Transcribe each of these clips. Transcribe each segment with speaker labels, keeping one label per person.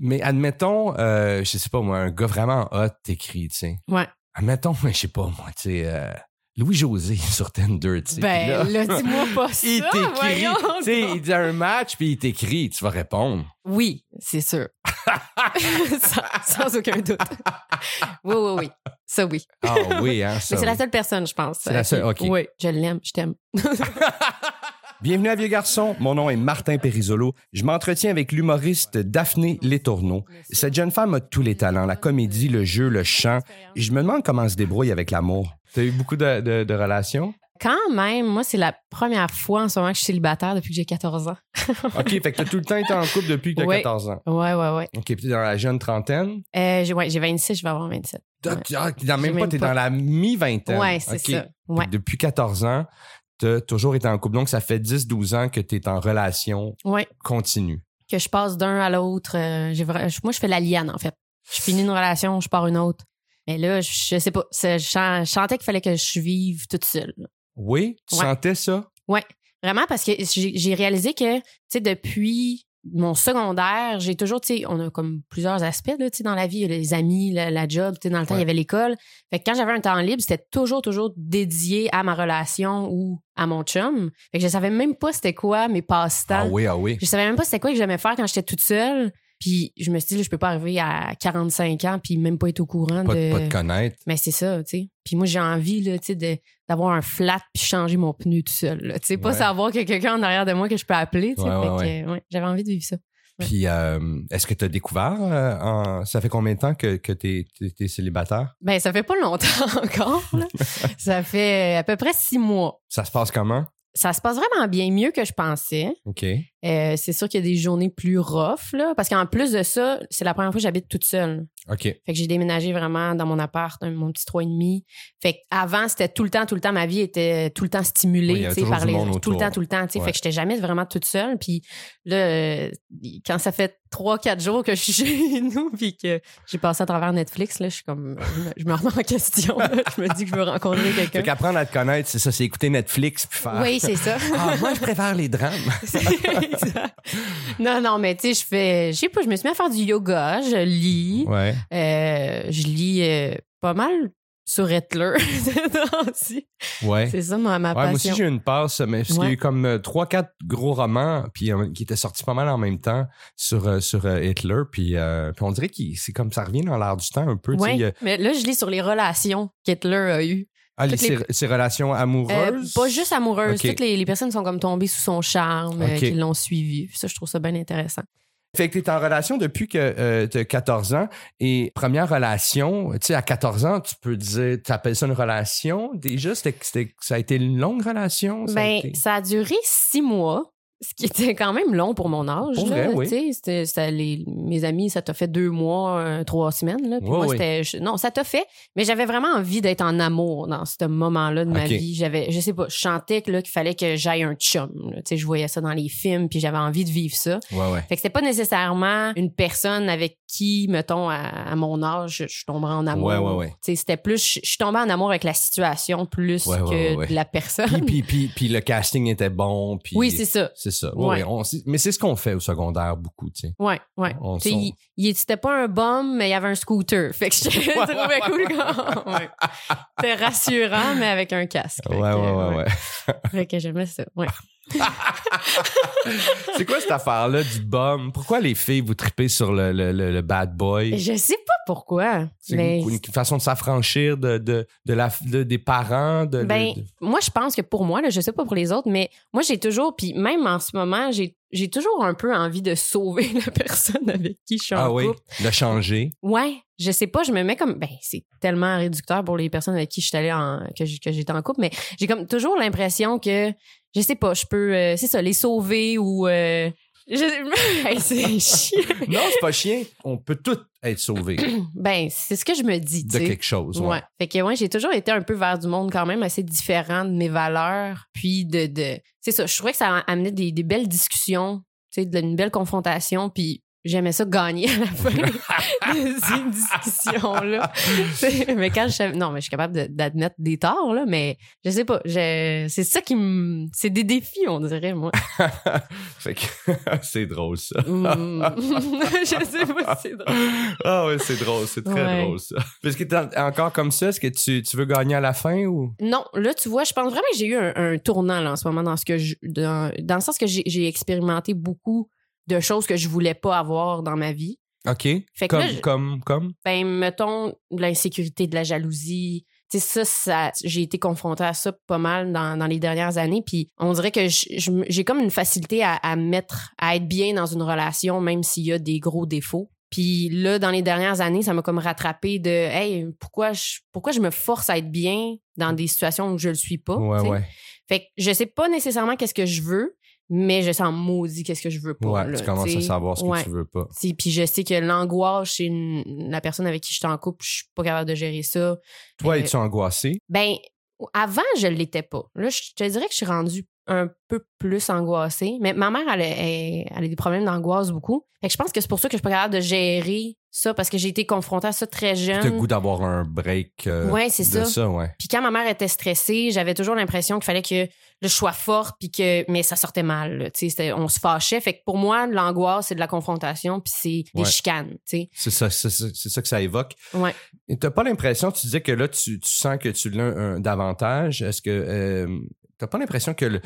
Speaker 1: Mais admettons, euh, je sais pas moi, un gars vraiment hot t'écrit, tu sais.
Speaker 2: Ouais.
Speaker 1: Admettons, je sais pas moi, tu sais, euh, Louis-José sur Tinder, tu sais. puis
Speaker 2: Ben, là, dis-moi pas ça.
Speaker 1: il t'écrit,
Speaker 2: voyons
Speaker 1: tu sais,
Speaker 2: donc.
Speaker 1: il dit un match, puis il t'écrit, tu vas répondre.
Speaker 2: Oui, c'est sûr. sans, sans aucun doute. Oui, oui, oui. Ça, oui.
Speaker 1: Ah oui, hein, ça.
Speaker 2: Mais c'est la
Speaker 1: oui.
Speaker 2: seule personne, je pense.
Speaker 1: C'est la seule,
Speaker 2: Euh,
Speaker 1: OK.
Speaker 2: Oui, je l'aime, je t'aime.
Speaker 1: Bienvenue à Vieux Garçon. Mon nom est Martin Périsolo. Je m'entretiens avec l'humoriste Daphné Letourneau. Cette jeune femme a tous les talents, la comédie, le jeu, le chant. Je me demande comment elle se débrouille avec l'amour. T'as eu beaucoup de, de- de relations?
Speaker 2: Quand même, moi, c'est la première fois en ce moment que je suis célibataire depuis que j'ai 14 ans.
Speaker 1: OK, fait que t'as tout le temps été en couple depuis que t'as
Speaker 2: Oui.
Speaker 1: 14 ans.
Speaker 2: Ouais, ouais, ouais.
Speaker 1: OK, puis t'es dans la jeune trentaine.
Speaker 2: Euh, j'ai ouais, j'ai 26, je vais avoir 27.
Speaker 1: T'as-
Speaker 2: Ouais.
Speaker 1: ah, t'es dans- même
Speaker 2: J'ai
Speaker 1: pas,
Speaker 2: même
Speaker 1: t'es
Speaker 2: pas.
Speaker 1: dans la mi-vingtaine.
Speaker 2: Ouais, c'est
Speaker 1: OK.
Speaker 2: ça.
Speaker 1: Fait
Speaker 2: Ouais.
Speaker 1: que Depuis 14 ans, t'as toujours été en couple. Donc, ça fait 10-12 ans que t'es en relation
Speaker 2: Ouais.
Speaker 1: continue.
Speaker 2: Que je passe d'un à l'autre. euh, j'ai vra- je- moi, je fais la liane, en fait. Je finis une relation, je pars une autre. Mais là, je, je sais pas. c'est- Je, chan- je sentais qu'il fallait que je vive toute seule.
Speaker 1: Oui? Tu
Speaker 2: Ouais.
Speaker 1: sentais ça?
Speaker 2: Vraiment, parce que j'ai j'ai réalisé que, tu sais, depuis mon secondaire, j'ai toujours, tu sais, on a comme plusieurs aspects, là, tu sais, dans la vie. Il y a les amis, la, la job, tu sais, dans le temps,
Speaker 1: Ouais.
Speaker 2: il y avait l'école. Fait que quand j'avais un temps libre, c'était toujours, toujours dédié à ma relation ou à mon chum. Fait que je savais même pas c'était quoi mes passe-temps.
Speaker 1: Ah oui, ah oui.
Speaker 2: Je savais même pas c'était quoi que j'aimais faire quand j'étais toute seule. Puis je me suis dit, là, je peux pas arriver à 45 ans puis même pas être au courant
Speaker 1: Pas
Speaker 2: de...
Speaker 1: de, pas de connaître.
Speaker 2: Mais c'est ça, tu sais. Puis moi, j'ai envie, là, tu sais, de- d'avoir un flat puis changer mon pneu tout seul, là. Tu sais, pas
Speaker 1: Ouais.
Speaker 2: savoir qu'il y a quelqu'un en arrière de moi que je peux appeler, tu sais.
Speaker 1: Ouais, ouais,
Speaker 2: Fait que, ouais, j'avais envie de vivre ça. Ouais.
Speaker 1: Puis, euh, est-ce que tu as découvert, euh, en- ça fait combien de temps que, que tu es, célibataire?
Speaker 2: Ben, ça fait pas longtemps encore, là. ça fait euh, à peu près six mois.
Speaker 1: Ça se passe comment?
Speaker 2: Ça se passe vraiment bien, mieux que je pensais.
Speaker 1: OK.
Speaker 2: Euh, c'est sûr qu'il y a des journées plus rough, là. Parce qu'en plus de ça, c'est la première fois que j'habite toute seule.
Speaker 1: OK.
Speaker 2: Fait que j'ai déménagé vraiment dans mon appart, dans mon petit 3,5. Fait que avant, c'était tout le temps, tout le temps, ma vie était euh, tout le temps stimulée,
Speaker 1: Oui, il y avait
Speaker 2: tu sais,
Speaker 1: toujours
Speaker 2: par
Speaker 1: du
Speaker 2: les
Speaker 1: monde
Speaker 2: tout le
Speaker 1: autour.
Speaker 2: temps, tout le temps, tu sais.
Speaker 1: Ouais.
Speaker 2: Fait que j'étais jamais vraiment toute seule. Puis là, euh, quand ça fait trois, quatre jours que je suis chez nous, puis que j'ai passé à travers Netflix, là, je suis comme, je me- je me remets en question. là. Je me dis que je veux rencontrer
Speaker 1: Fait
Speaker 2: quelqu'un.
Speaker 1: qu'apprendre à te connaître, c'est ça, c'est écouter Netflix puis faire.
Speaker 2: Oui, c'est ça.
Speaker 1: Ah, moi, je préfère les drames.
Speaker 2: C'est ça. non, non, mais tu sais, je fais, je sais pas, je me suis mis à faire du yoga, je lis.
Speaker 1: Ouais.
Speaker 2: Euh, je lis euh, pas mal sur Hitler ces temps-ci.
Speaker 1: Ouais.
Speaker 2: C'est ça ma, ma
Speaker 1: Ouais, moi aussi,
Speaker 2: passion.
Speaker 1: j'ai eu une passe, mais parce qu'il y a
Speaker 2: Ouais.
Speaker 1: eu comme euh, trois, quatre gros romans puis, euh, qui étaient sortis pas mal en même temps sur, euh, sur euh, Hitler. Puis, euh, puis on dirait que c'est comme ça revient dans l'air du temps un peu. tu sais, euh,
Speaker 2: Ouais,
Speaker 1: il y a-
Speaker 2: mais là, je lis sur les relations qu'Hitler a eues.
Speaker 1: ah, les-
Speaker 2: toutes les-
Speaker 1: ses, ses relations
Speaker 2: Euh,
Speaker 1: amoureuses.
Speaker 2: pas juste amoureuses.
Speaker 1: Ok.
Speaker 2: Toutes les, les personnes sont comme tombées sous son charme, euh,
Speaker 1: Ok.
Speaker 2: qui l'ont suivi. Ça, je trouve ça bien intéressant.
Speaker 1: Fait que t'es en relation depuis que euh, t'as 14 ans et première relation, tu sais, à 14 ans, tu peux dire, t'appelles ça une relation déjà? C'était, c'était- ça a été une longue relation? Ça a
Speaker 2: Ben,
Speaker 1: été-
Speaker 2: ça a duré six mois, ce qui était quand même long pour mon âge.
Speaker 1: Pour
Speaker 2: là,
Speaker 1: vrai, oui.
Speaker 2: tu sais, c'était- c'était les- mes amis, ça t'a fait deux mois, euh, trois semaines. Là, Puis
Speaker 1: Oui,
Speaker 2: moi,
Speaker 1: oui.
Speaker 2: c'était- je- non, ça t'a fait, mais j'avais vraiment envie d'être en amour dans ce moment-là de ma
Speaker 1: Ok.
Speaker 2: vie. J'avais, je sais pas, je chantais que, là, qu'il fallait que j'aille un chum. là. Tu sais, je voyais ça dans les films, puis j'avais envie de vivre ça.
Speaker 1: Ouais, ouais.
Speaker 2: Fait que c'était pas nécessairement une personne avec qui, mettons, à, à mon âge, je, je tomberais en amour.
Speaker 1: Ouais, ouais, ouais.
Speaker 2: Tu sais, C'était plus, je, je suis tombée en amour avec la situation plus
Speaker 1: Ouais, ouais,
Speaker 2: que
Speaker 1: ouais, ouais.
Speaker 2: de la personne.
Speaker 1: Puis, puis, puis, puis le casting était bon. Puis
Speaker 2: Oui, c'est ça.
Speaker 1: c'est ça. Ouais,
Speaker 2: Ouais.
Speaker 1: ouais, on- c'est- mais c'est ce qu'on fait au secondaire beaucoup, tu sais.
Speaker 2: Ouais, ouais.
Speaker 1: On
Speaker 2: Tu sais,
Speaker 1: s'en-
Speaker 2: il- il- C'était pas un bum, mais il y avait un scooter. Fait que je
Speaker 1: ouais,
Speaker 2: trouvais cool quand ouais. C'était rassurant, mais avec un casque. Fait
Speaker 1: Ouais,
Speaker 2: que, euh,
Speaker 1: ouais, ouais, ouais.
Speaker 2: Fait que j'aimais ça. Ouais.
Speaker 1: c'est quoi cette affaire-là du bum? Pourquoi les filles vous tripez sur le, le- le- le bad boy?
Speaker 2: Je ben, sais pas pourquoi,
Speaker 1: C'est
Speaker 2: mais
Speaker 1: une, une façon de s'affranchir de, de, de la, de- des parents, de, de-
Speaker 2: Ben,
Speaker 1: de-
Speaker 2: moi, je pense que pour moi, là, je sais pas pour les autres, mais moi, j'ai toujours, puis même en ce moment, j'ai j'ai toujours un peu envie de sauver la personne avec qui je suis en
Speaker 1: Ah oui,
Speaker 2: couple.
Speaker 1: de changer.
Speaker 2: Ouais, je sais pas, je me mets comme ben c'est tellement réducteur pour les personnes avec qui je suis allée en que j'- que j'étais en couple, mais j'ai comme toujours l'impression que je sais pas, je peux euh, c'est ça les sauver ou euh, je- Hey, c'est chiant.
Speaker 1: Non, c'est pas chien. On peut tout être sauvé
Speaker 2: Ben c'est ce que je me dis, tu
Speaker 1: de
Speaker 2: sais.
Speaker 1: quelque chose. ouais.
Speaker 2: Ouais. Fait que ouais, j'ai toujours été un peu vers du monde quand même assez différent de mes valeurs, puis de de c'est ça, je trouvais que ça amenait des, des belles discussions, tu sais, de- une belle confrontation puis j'aimais ça gagner à la fin de ces discussions-là. C'est- mais quand je savais- Non, mais je suis capable de- d'admettre des torts, là, mais je sais pas. je- C'est ça qui me. C'est des défis, on dirait, moi.
Speaker 1: Fait que c'est drôle, ça.
Speaker 2: Mm. je sais pas si c'est drôle.
Speaker 1: Ah oui, c'est drôle, c'est très
Speaker 2: Ouais.
Speaker 1: drôle, ça. Parce que t'es en- encore comme ça, est-ce que tu, tu veux gagner à la fin ou.
Speaker 2: Non, là, tu vois, je pense vraiment que j'ai eu un, un tournant là, en ce moment dans ce que je, dans, dans le sens que j'ai- j'ai expérimenté beaucoup de choses que je voulais pas avoir dans ma vie.
Speaker 1: OK.
Speaker 2: Fait que
Speaker 1: comme,
Speaker 2: là, je-
Speaker 1: comme, comme.
Speaker 2: Ben, mettons, de l'insécurité, de la jalousie. Tu sais, ça, ça j'ai été confrontée à ça pas mal dans, dans les dernières années. Puis on dirait que je- je me- j'ai comme une facilité à, à mettre, à être bien dans une relation, même s'il y a des gros défauts. Puis là, dans les dernières années, ça m'a comme rattrapé de Hey, pourquoi je, pourquoi je me force à être bien dans des situations où je le suis pas?
Speaker 1: ouais,
Speaker 2: tu sais?
Speaker 1: ouais.
Speaker 2: Fait que je sais pas nécessairement qu'est-ce que je veux, mais je sens maudit qu'est-ce que je veux pas.
Speaker 1: Ouais,
Speaker 2: là,
Speaker 1: tu commences
Speaker 2: sais.
Speaker 1: à savoir ce que
Speaker 2: Ouais.
Speaker 1: tu veux pas.
Speaker 2: Tu sais, Puis je sais que l'angoisse chez une- la personne avec qui je suis en couple, je suis pas capable de gérer ça.
Speaker 1: Toi,
Speaker 2: Euh,
Speaker 1: es-tu angoissé?
Speaker 2: Ben, avant, je l'étais pas. Là, je te dirais que je suis rendue un peu plus angoissée. Mais ma mère, elle, a- elle- elle a des problèmes d'angoisse beaucoup. Fait que je pense que c'est pour ça que je suis pas capable de gérer ça parce que j'ai été confrontée à ça très
Speaker 1: Tu as
Speaker 2: jeune.
Speaker 1: le goût d'avoir un break euh,
Speaker 2: Hein? ouais, c'est
Speaker 1: de
Speaker 2: ça.
Speaker 1: ça. ouais.
Speaker 2: Puis quand ma mère était stressée, j'avais toujours l'impression qu'il fallait que là, je sois forte, puis que mais ça sortait mal. là. Tu sais, c'était- on se fâchait. Fait que pour moi, l'angoisse c'est de la confrontation, puis c'est des
Speaker 1: Ouais.
Speaker 2: chicanes. Tu sais,
Speaker 1: C'est ça, c'est ça- c'est ça que ça évoque.
Speaker 2: Ouais.
Speaker 1: Et t'as pas l'impression, tu disais que là, tu, tu sens que tu l'as un- davantage. Est-ce que euh, t'as pas l'impression que le-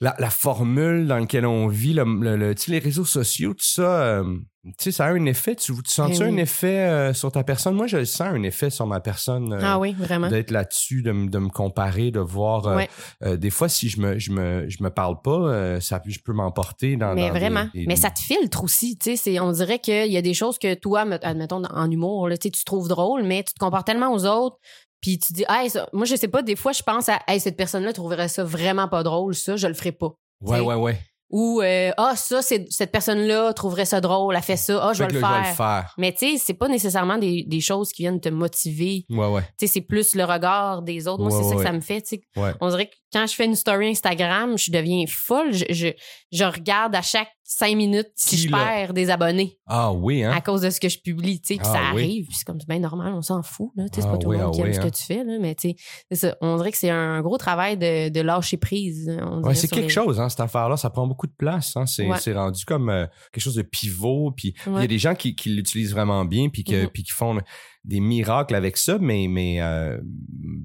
Speaker 1: la, la formule dans laquelle on vit, le, le- le- tu sais, les réseaux sociaux, tout ça, euh, tu sais, ça a un effet. Tu, tu sens-tu
Speaker 2: Ben oui.
Speaker 1: un effet euh, sur ta personne? Moi, je le sens un effet sur ma personne. euh,
Speaker 2: ah oui, vraiment.
Speaker 1: d'être là-dessus, de, me- de me comparer, de voir. euh,
Speaker 2: Ouais.
Speaker 1: euh, des fois, si je me, je me, je me parle pas, euh, ça, je peux m'emporter dans.
Speaker 2: mais
Speaker 1: dans des-
Speaker 2: vraiment.
Speaker 1: des-
Speaker 2: Mais ça te filtre aussi. tu sais, c'est- On dirait qu'il y a des choses que toi, me- admettons, en humour, là, tu sais, tu trouves drôle, mais tu te compares tellement aux autres. Puis tu dis, hey, ça- moi, je sais pas, des fois, je pense à, hey, cette personne-là trouverait ça vraiment pas drôle, ça, je le ferai pas.
Speaker 1: Ouais, ouais, ouais.
Speaker 2: Ou, euh, ah, ça, c'est- cette personne-là trouverait ça drôle, elle fait ça, ah, je
Speaker 1: Fait
Speaker 2: vais
Speaker 1: que
Speaker 2: le
Speaker 1: là,
Speaker 2: faire.
Speaker 1: je vais le faire.
Speaker 2: Mais tu sais, c'est pas nécessairement des, des choses qui viennent te motiver.
Speaker 1: Ouais, ouais.
Speaker 2: Tu sais, c'est plus le regard des autres. Moi,
Speaker 1: Ouais,
Speaker 2: c'est ça
Speaker 1: ouais,
Speaker 2: que ça me fait. tu sais.
Speaker 1: Ouais.
Speaker 2: On dirait que quand je fais une story Instagram, je deviens folle. Je, je, je regarde à chaque cinq minutes si
Speaker 1: Qui
Speaker 2: je
Speaker 1: l'a?
Speaker 2: perds des abonnés
Speaker 1: Ah oui, hein?
Speaker 2: à cause de ce que je publie. tu sais. Puis
Speaker 1: Ah
Speaker 2: ça
Speaker 1: oui.
Speaker 2: arrive. Puis c'est comme, c'est bien normal, on s'en fout. là. Tu sais, C'est
Speaker 1: Ah
Speaker 2: pas tout le
Speaker 1: oui,
Speaker 2: monde
Speaker 1: ah
Speaker 2: qui aime
Speaker 1: oui,
Speaker 2: ce
Speaker 1: hein.
Speaker 2: que tu fais. Là, mais tu sais, c'est ça. On dirait que c'est un gros travail de, de lâcher prise. hein, on
Speaker 1: Ouais,
Speaker 2: dirait,
Speaker 1: c'est
Speaker 2: sur
Speaker 1: quelque
Speaker 2: les-
Speaker 1: chose, hein, cette affaire-là. Ça prend beaucoup de place. Hein. C'est
Speaker 2: Ouais.
Speaker 1: c'est rendu comme euh, quelque chose de pivot. Puis il y a
Speaker 2: Ouais.
Speaker 1: des gens qui, qui l'utilisent vraiment bien puis, que,
Speaker 2: Mhm.
Speaker 1: puis qui font des miracles avec ça. Mais, mais euh,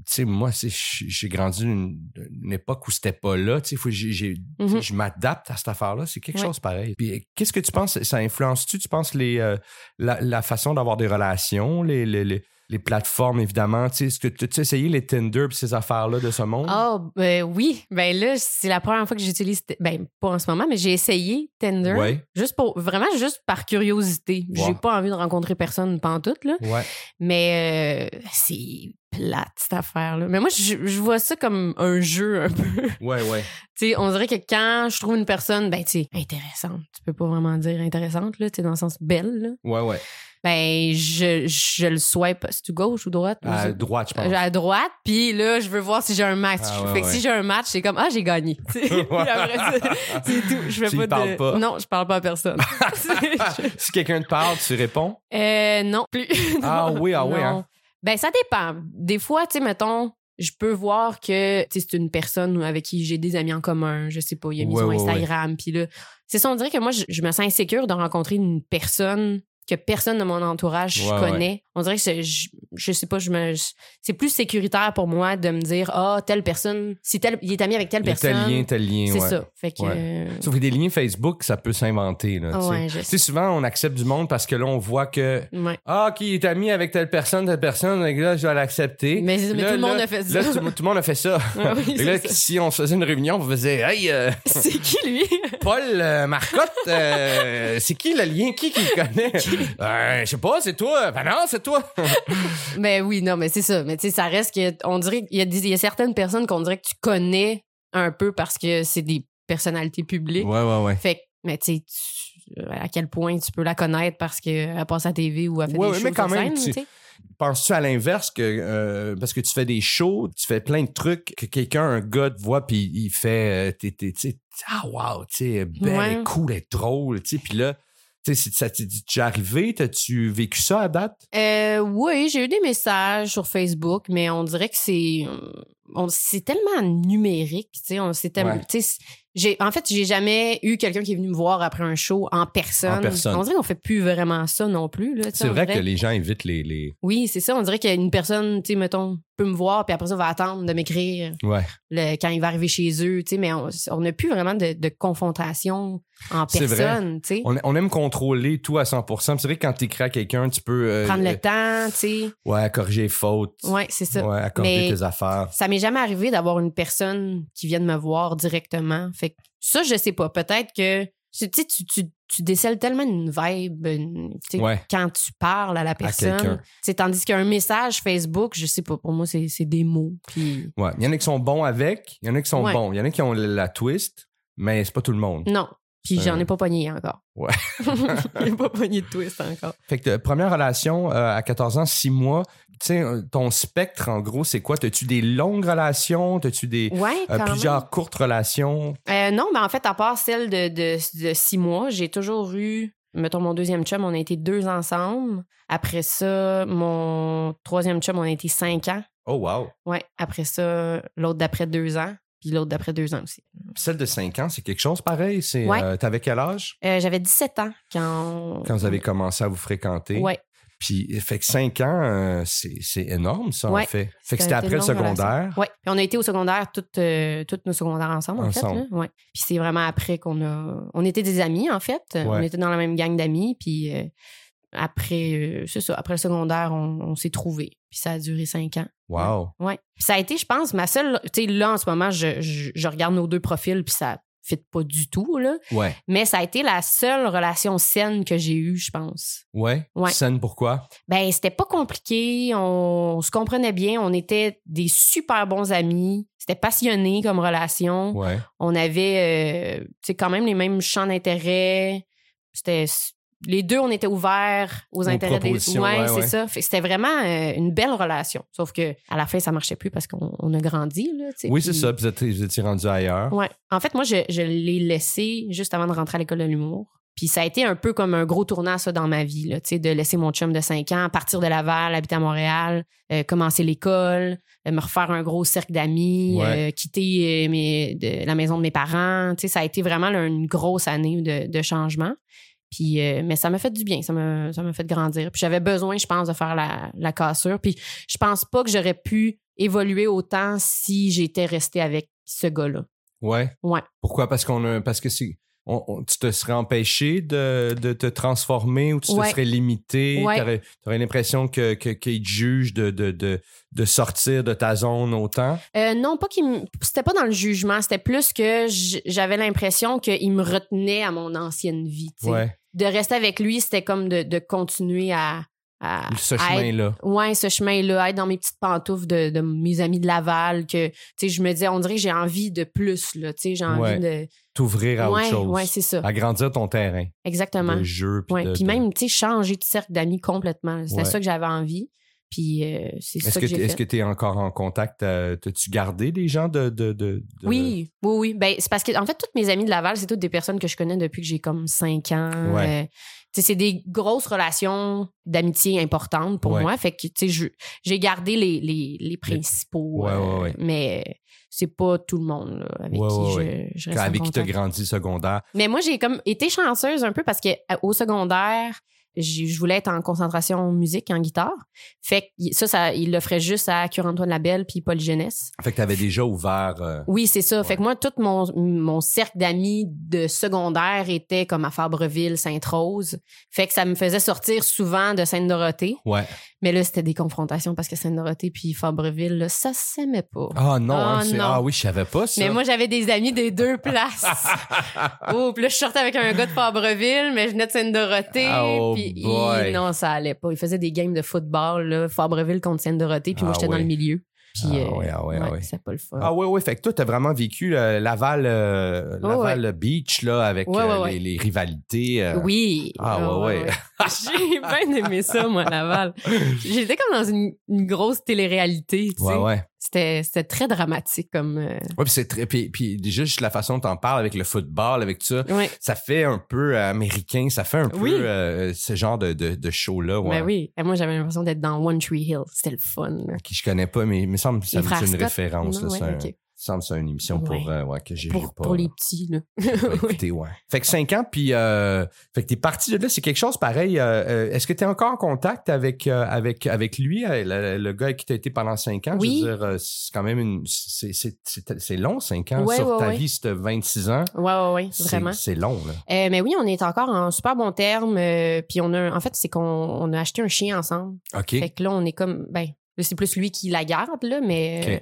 Speaker 1: tu sais, moi, c'est- j'ai j'ai grandi une, une époque où c'était pas là. Tu sais, faut que j'ai- j'ai-
Speaker 2: Mhm.
Speaker 1: je m'adapte à cette affaire-là. C'est quelque
Speaker 2: Ouais.
Speaker 1: chose pareil. Puis euh, qu'est-ce que tu penses? Ça influence-tu, tu penses, les, euh, la, la façon d'avoir des relations, les... les, les- les plateformes, évidemment. Tu sais, Est-ce que tu as essayé les Tinder et ces affaires-là de ce monde?
Speaker 2: Ah, ben oui. Ben là, c'est la première fois que j'utilise. Ben, pas en ce moment, mais j'ai essayé Tinder.
Speaker 1: Ouais.
Speaker 2: Juste pour, vraiment juste par curiosité.
Speaker 1: Ouais.
Speaker 2: J'ai pas envie de rencontrer personne pantoute, là.
Speaker 1: Ouais.
Speaker 2: Mais euh, c'est plate, cette affaire-là. Mais moi, je, je vois ça comme un jeu, un peu.
Speaker 1: Ouais, ouais.
Speaker 2: tu sais, on dirait que quand je trouve une personne, ben, tu sais, intéressante. Tu peux pas vraiment dire intéressante, là, tu sais, dans le sens belle, là.
Speaker 1: Ouais, ouais.
Speaker 2: Ben, je, je le swipe. C'est-tu gauche ou droite?
Speaker 1: À
Speaker 2: Je-
Speaker 1: droite, je pense.
Speaker 2: à droite, puis là, je veux voir si j'ai un match.
Speaker 1: Ah, ouais,
Speaker 2: fait que
Speaker 1: ouais.
Speaker 2: si j'ai un match, c'est comme, ah, j'ai gagné. Tu sais, puis après ça, c'est tout. Je fais
Speaker 1: Tu y
Speaker 2: pas de...
Speaker 1: parles pas.
Speaker 2: Non, je parle pas à personne. C'est-
Speaker 1: si quelqu'un te parle, tu réponds.
Speaker 2: euh, non, plus.
Speaker 1: Ah
Speaker 2: Non,
Speaker 1: oui, ah oui,
Speaker 2: non.
Speaker 1: hein.
Speaker 2: Ben, ça dépend. Des fois, tu sais, mettons, je peux voir que tu sais, c'est une personne avec qui j'ai des amis en commun. Je sais pas, il a mis
Speaker 1: Ouais,
Speaker 2: son
Speaker 1: ouais,
Speaker 2: Instagram. Puis là, c'est ça, on dirait que moi, je, je me sens insécure de rencontrer une personne que personne de mon entourage
Speaker 1: Ouais, ouais.
Speaker 2: connaît. On dirait que c'est- je, je sais pas, je me, je- c'est plus sécuritaire pour moi de me dire, ah, telle personne, si tel, il est ami avec telle
Speaker 1: Il y a
Speaker 2: personne.
Speaker 1: tel lien, tel lien.
Speaker 2: c'est
Speaker 1: ouais.
Speaker 2: ça. Fait que.
Speaker 1: Ouais.
Speaker 2: euh,
Speaker 1: Sauf que des liens Facebook, ça peut s'inventer. là, tu sais.
Speaker 2: ouais, je
Speaker 1: Tu sais, souvent, on accepte du monde parce que là, on voit que.
Speaker 2: ouais.
Speaker 1: Ah, qui est ami avec telle personne, telle personne, donc là, je vais l'accepter.
Speaker 2: Mais, mais
Speaker 1: Là,
Speaker 2: tout le monde
Speaker 1: là,
Speaker 2: a fait ça.
Speaker 1: Là, tout, tout le monde a fait ça.
Speaker 2: Ouais, Ah oui,
Speaker 1: Et
Speaker 2: c'est
Speaker 1: là,
Speaker 2: ça.
Speaker 1: si on se faisait une réunion, on faisait Hey, euh,
Speaker 2: C'est qui lui?
Speaker 1: Paul euh, Marcotte, euh, c'est qui le lien Qui qui le connaît Euh, Je sais pas, c'est toi. Ben non, c'est toi.
Speaker 2: Mais oui, non, mais c'est ça. Mais tu sais, ça reste que on dirait qu'il y a, des- il y a certaines personnes qu'on dirait que tu connais un peu parce que c'est des personnalités publiques.
Speaker 1: ouais, ouais.
Speaker 2: Fait que, mais tu sais, tu- à quel point tu peux la connaître parce qu'elle passe à la TV ou elle fait
Speaker 1: Ouais,
Speaker 2: des
Speaker 1: ouais,
Speaker 2: shows
Speaker 1: mais quand
Speaker 2: sur
Speaker 1: même,
Speaker 2: scène,
Speaker 1: tu-
Speaker 2: tu sais.
Speaker 1: Penses-tu à l'inverse que euh, parce que tu fais des shows, tu fais plein de trucs que quelqu'un, un gars te voit puis il fait, euh, t'es, t'es- tu sais, ah wow, tu sais, belle,
Speaker 2: Ouais.
Speaker 1: elle est cool, elle est drôle, tu sais, puis là Tu sais, ça t'est déjà arrivé? T'as-tu vécu ça à date?
Speaker 2: Euh, oui, j'ai eu des messages sur Facebook, mais on dirait que c'est on- c'est tellement numérique, tu sais, on c'est tellement-
Speaker 1: Ouais.
Speaker 2: tu sais, j'ai en fait, j'ai jamais eu quelqu'un qui est venu me voir après un show en personne.
Speaker 1: En personne.
Speaker 2: On dirait qu'on fait plus vraiment ça non plus là, tu sais,
Speaker 1: C'est
Speaker 2: on
Speaker 1: vrai
Speaker 2: dirait-
Speaker 1: que les gens invitent les. les...
Speaker 2: Oui, c'est ça, on dirait qu'une personne, tu sais, mettons, peut me voir puis après ça va attendre de m'écrire
Speaker 1: Ouais.
Speaker 2: le- quand il va arriver chez eux, tu sais, mais on on n'a plus vraiment de, de confrontation en
Speaker 1: C'est vrai.
Speaker 2: personne, tu sais.
Speaker 1: On, on aime contrôler tout à 100 Puis C'est vrai que quand t'écris à quelqu'un, tu peux. euh,
Speaker 2: Prendre
Speaker 1: euh,
Speaker 2: le temps, tu sais.
Speaker 1: Ouais, corriger les fautes.
Speaker 2: Ouais, c'est ça.
Speaker 1: Ouais, accorder
Speaker 2: Mais-
Speaker 1: tes affaires.
Speaker 2: Ça m'est jamais arrivé d'avoir une personne qui vienne me voir directement. Fait que ça, je sais pas. Peut-être que tu, tu, sais, tu, tu- tu décèles tellement une vibe une- tu sais,
Speaker 1: Ouais.
Speaker 2: quand tu parles à la
Speaker 1: quelqu'un.
Speaker 2: personne. C'est tandis qu'un message Facebook, je sais pas, pour moi, c'est c'est des mots. Puis
Speaker 1: Ouais. Il y en a qui sont bons avec, il y en a qui sont
Speaker 2: Ouais. Mm.
Speaker 1: bons. Il y en a qui ont la, la twist, mais c'est pas tout le monde.
Speaker 2: non. Puis
Speaker 1: Euh.
Speaker 2: j'en ai pas pogné encore.
Speaker 1: Ouais.
Speaker 2: J'ai pas pogné de twist encore.
Speaker 1: Fait que euh, première relation euh, à 14 ans, 6 mois, tu sais, euh, ton spectre, en gros, c'est quoi? T'as-tu des longues relations? T'as-tu des.
Speaker 2: Ouais,
Speaker 1: euh,
Speaker 2: quand
Speaker 1: plusieurs
Speaker 2: même.
Speaker 1: courtes relations?
Speaker 2: Euh, non, mais en fait, à part celle de, de, de six mois, j'ai toujours eu, mettons, mon deuxième chum, on a été deux ensemble. Après ça, mon troisième chum, on a été cinq ans.
Speaker 1: Oh, wow!
Speaker 2: Ouais, après ça, l'autre d'après deux ans, puis l'autre d'après deux ans aussi.
Speaker 1: Celle de 5 ans, c'est quelque chose pareil. C'est,
Speaker 2: Ouais.
Speaker 1: euh, t'avais quel âge
Speaker 2: Euh, J'avais 17 ans quand.
Speaker 1: quand vous avez commencé à vous fréquenter?
Speaker 2: Mm. Ouais,
Speaker 1: Puis, fait que 5 ans, euh, c'est, c'est énorme, ça, en
Speaker 2: Ouais.
Speaker 1: fait. Fait que
Speaker 2: Ça
Speaker 1: c'était
Speaker 2: a été
Speaker 1: après le
Speaker 2: une longue
Speaker 1: secondaire.
Speaker 2: ouais. Puis on a été au secondaire, toutes, euh, toutes nos secondaires ensemble, en
Speaker 1: Ensemble.
Speaker 2: fait. là. Ouais. Puis c'est vraiment après qu'on a. On était des amis, en fait. On était dans la même gang d'amis, puis. euh, Après, euh, c'est ça, après le secondaire, on, on s'est trouvés. Puis ça a duré cinq ans.
Speaker 1: Wow!
Speaker 2: Ouais. Puis ça a été, je pense, ma seule. Tu sais, là, en ce moment, je, je- je regarde nos deux profils, puis ça fit pas du tout, là.
Speaker 1: Ouais.
Speaker 2: Mais ça a été la seule relation saine que j'ai eue, je pense.
Speaker 1: Ouais.
Speaker 2: Ouais.
Speaker 1: Scène, pourquoi?
Speaker 2: Ben, c'était pas compliqué, on, se comprenait bien, on était des super bons amis, c'était passionné comme relation,
Speaker 1: Ouais.
Speaker 2: on avait euh, tu sais, quand même les mêmes champs d'intérêt, c'était les deux on était ouverts aux,
Speaker 1: Aux
Speaker 2: intérêts des
Speaker 1: propositions, ouais,
Speaker 2: c'est
Speaker 1: ouais.
Speaker 2: ça, Fait que c'était vraiment euh, une belle relation, sauf que à la fin ça marchait plus parce qu'on on a grandi là, tu sais,
Speaker 1: Oui, c'est
Speaker 2: puis-
Speaker 1: ça. Puis vous étiez- vous étiez rendu ailleurs.
Speaker 2: Ouais. En fait, moi, je, je l'ai laissé juste avant de rentrer à l'école de l'humour. Puis ça a été un peu comme un gros tournant, ça, dans ma vie, là, tu sais, de laisser mon chum de 5 ans, partir de Laval, habiter à Montréal, euh, commencer l'école, euh, me refaire un gros cercle d'amis,
Speaker 1: Ouais.
Speaker 2: euh, quitter euh, mes, de- la maison de mes parents. Tu sais, ça a été vraiment là, une grosse année de, de changement. Puis, euh, mais ça m'a fait du bien, ça m'a, ça m'a fait grandir. Puis j'avais besoin, je pense, de faire la, la cassure. Puis je pense pas que j'aurais pu évoluer autant si j'étais restée avec ce gars-là.
Speaker 1: Ouais.
Speaker 2: Ouais.
Speaker 1: Pourquoi? Parce qu'on a, parce que c'est, on- on- tu te serais empêché de, de te transformer ou tu te
Speaker 2: Ouais.
Speaker 1: serais limité.
Speaker 2: Ouais.
Speaker 1: T'aurais, t'aurais l'impression que, que, qu'ils te jugent de, de, de, de sortir de ta zone autant.
Speaker 2: Euh, non, pas qu'il me... C'était pas dans le jugement, c'était plus que j- j'avais l'impression qu'il me retenait à mon ancienne vie. tu sais.
Speaker 1: Ouais.
Speaker 2: De rester avec lui, c'était comme de, de continuer à, à,
Speaker 1: Ce
Speaker 2: à être-
Speaker 1: chemin-là.
Speaker 2: ouais, ce chemin-là, être dans mes petites pantoufles de, de mes amis de Laval, que tu sais, je me disais, on dirait que j'ai envie de plus, là, tu sais, j'ai envie
Speaker 1: Ouais,
Speaker 2: de...
Speaker 1: T'ouvrir à autre
Speaker 2: Ouais,
Speaker 1: chose.
Speaker 2: ouais, c'est ça,
Speaker 1: Agrandir ton terrain
Speaker 2: exactement.
Speaker 1: de jeu. Puis
Speaker 2: Ouais.
Speaker 1: de-
Speaker 2: Puis
Speaker 1: de-
Speaker 2: même, tu sais, changer de cercle d'amis complètement, là. c'était
Speaker 1: Ouais.
Speaker 2: ça que j'avais envie. Puis euh, c'est
Speaker 1: Est-ce
Speaker 2: ça
Speaker 1: que,
Speaker 2: que,
Speaker 1: tu
Speaker 2: j'ai fait.
Speaker 1: es encore en contact? euh, T'as-tu gardé des gens de. de, de- de-
Speaker 2: Oui, oui, oui. Ben, c'est parce que, en fait, toutes mes amies de Laval, c'est toutes des personnes que je connais depuis que j'ai comme 5 ans.
Speaker 1: Ouais.
Speaker 2: Euh, tu sais, c'est des grosses relations d'amitié importantes pour
Speaker 1: Ouais.
Speaker 2: moi. Fait que, tu sais, je- j'ai gardé les, les, les principaux.
Speaker 1: Ouais, ouais, ouais.
Speaker 2: Mais euh, c'est pas tout le monde là, avec
Speaker 1: Ouais,
Speaker 2: qui
Speaker 1: ouais,
Speaker 2: je-
Speaker 1: ouais.
Speaker 2: je,
Speaker 1: Quand-
Speaker 2: reste en
Speaker 1: avec qui tu as
Speaker 2: contact.
Speaker 1: grandi secondaire?
Speaker 2: Mais moi, j'ai comme été chanceuse un peu parce que euh, au secondaire, j'ai- je voulais être en concentration musique, en guitare. Fait que ça, ça il l'offrait juste à Cure-Antoine Labelle puis Paul Jeunesse.
Speaker 1: Fait que tu avais déjà ouvert. euh,
Speaker 2: Oui, c'est ça.
Speaker 1: Ouais.
Speaker 2: Fait que moi, tout mon, mon cercle d'amis de secondaire était comme à Fabreville, Sainte-Rose. Fait que ça me faisait sortir souvent de Sainte-Dorothée.
Speaker 1: Ouais.
Speaker 2: Mais là, c'était des confrontations parce que Sainte-Dorothée puis Fabreville, là, ça s'aimait pas.
Speaker 1: Ah non, hein,
Speaker 2: Ah
Speaker 1: c'est-
Speaker 2: non.
Speaker 1: ah oui, je savais pas ça.
Speaker 2: Mais moi, j'avais des amis des deux places. oh, puis là, je sortais avec un gars de Fabreville, mais je venais de Sainte-Dorothée.
Speaker 1: Oh
Speaker 2: puis hi,
Speaker 1: boy.
Speaker 2: non, ça allait pas. Ils faisaient des games de football, là, Fabreville contre Sainte-Dorothée, puis
Speaker 1: Ah
Speaker 2: moi, j'étais
Speaker 1: ouais.
Speaker 2: dans le milieu. Puis,
Speaker 1: Ah
Speaker 2: euh,
Speaker 1: ouais, ah ouais, ah ouais.
Speaker 2: c'était pas le fun.
Speaker 1: Ah oui, oui. Fait que toi, t'as vraiment vécu euh, Laval, euh,
Speaker 2: Ouais,
Speaker 1: Laval Beach, là, avec
Speaker 2: Ouais,
Speaker 1: euh,
Speaker 2: ouais,
Speaker 1: Les, les rivalités. euh.
Speaker 2: Oui.
Speaker 1: Ah, ouais, ouais.
Speaker 2: J'ai bien aimé ça, moi, Laval. J'étais comme dans une, une grosse télé-réalité, tu sais.
Speaker 1: Ouais, ouais.
Speaker 2: C'était c'était très dramatique comme. euh,
Speaker 1: Ouais, puis c'est très. Puis, puis juste la façon dont t'en parles avec le football, avec tout ça,
Speaker 2: ouais.
Speaker 1: ça fait un peu euh, américain, ça fait un peu
Speaker 2: Oui.
Speaker 1: euh, ce genre de, de, de show-là. Ouais.
Speaker 2: Ben oui. Et moi, j'avais l'impression d'être dans One Tree Hill. C'était le fun. là.
Speaker 1: Qui je connais pas, mais il me semble que ça-
Speaker 2: Les frères
Speaker 1: c'est une
Speaker 2: Scott,
Speaker 1: référence.
Speaker 2: Non,
Speaker 1: là,
Speaker 2: ouais,
Speaker 1: c'est un-
Speaker 2: ok.
Speaker 1: il me semble que c'est une émission pour,
Speaker 2: Ouais.
Speaker 1: euh, ouais, que j'ai j'ai
Speaker 2: pour,
Speaker 1: pas,
Speaker 2: pour les petits, là.
Speaker 1: pas écouté, ouais. Fait que 5 ans, puis euh, fait que t'es parti de là, c'est quelque chose pareil. euh, euh, Est-ce que t'es encore en contact avec, euh, avec, avec lui, euh, le, le gars avec qui t'a été pendant 5 ans?
Speaker 2: Oui.
Speaker 1: Je veux dire, euh, c'est quand même une. c'est- C'est c'est- c'est long, 5 ans.
Speaker 2: Ouais,
Speaker 1: Sur
Speaker 2: ouais,
Speaker 1: ta
Speaker 2: ouais.
Speaker 1: vie, c'était 26 ans.
Speaker 2: Ouais, ouais, ouais, vraiment.
Speaker 1: C'est c'est long, là.
Speaker 2: Euh, mais oui, on est encore en super bon terme. euh, puis on a, en fait, c'est qu'on on a acheté un chien ensemble.
Speaker 1: OK.
Speaker 2: Fait que là, on est comme, ben, là, c'est plus lui qui la garde, là, mais
Speaker 1: Ok.
Speaker 2: euh,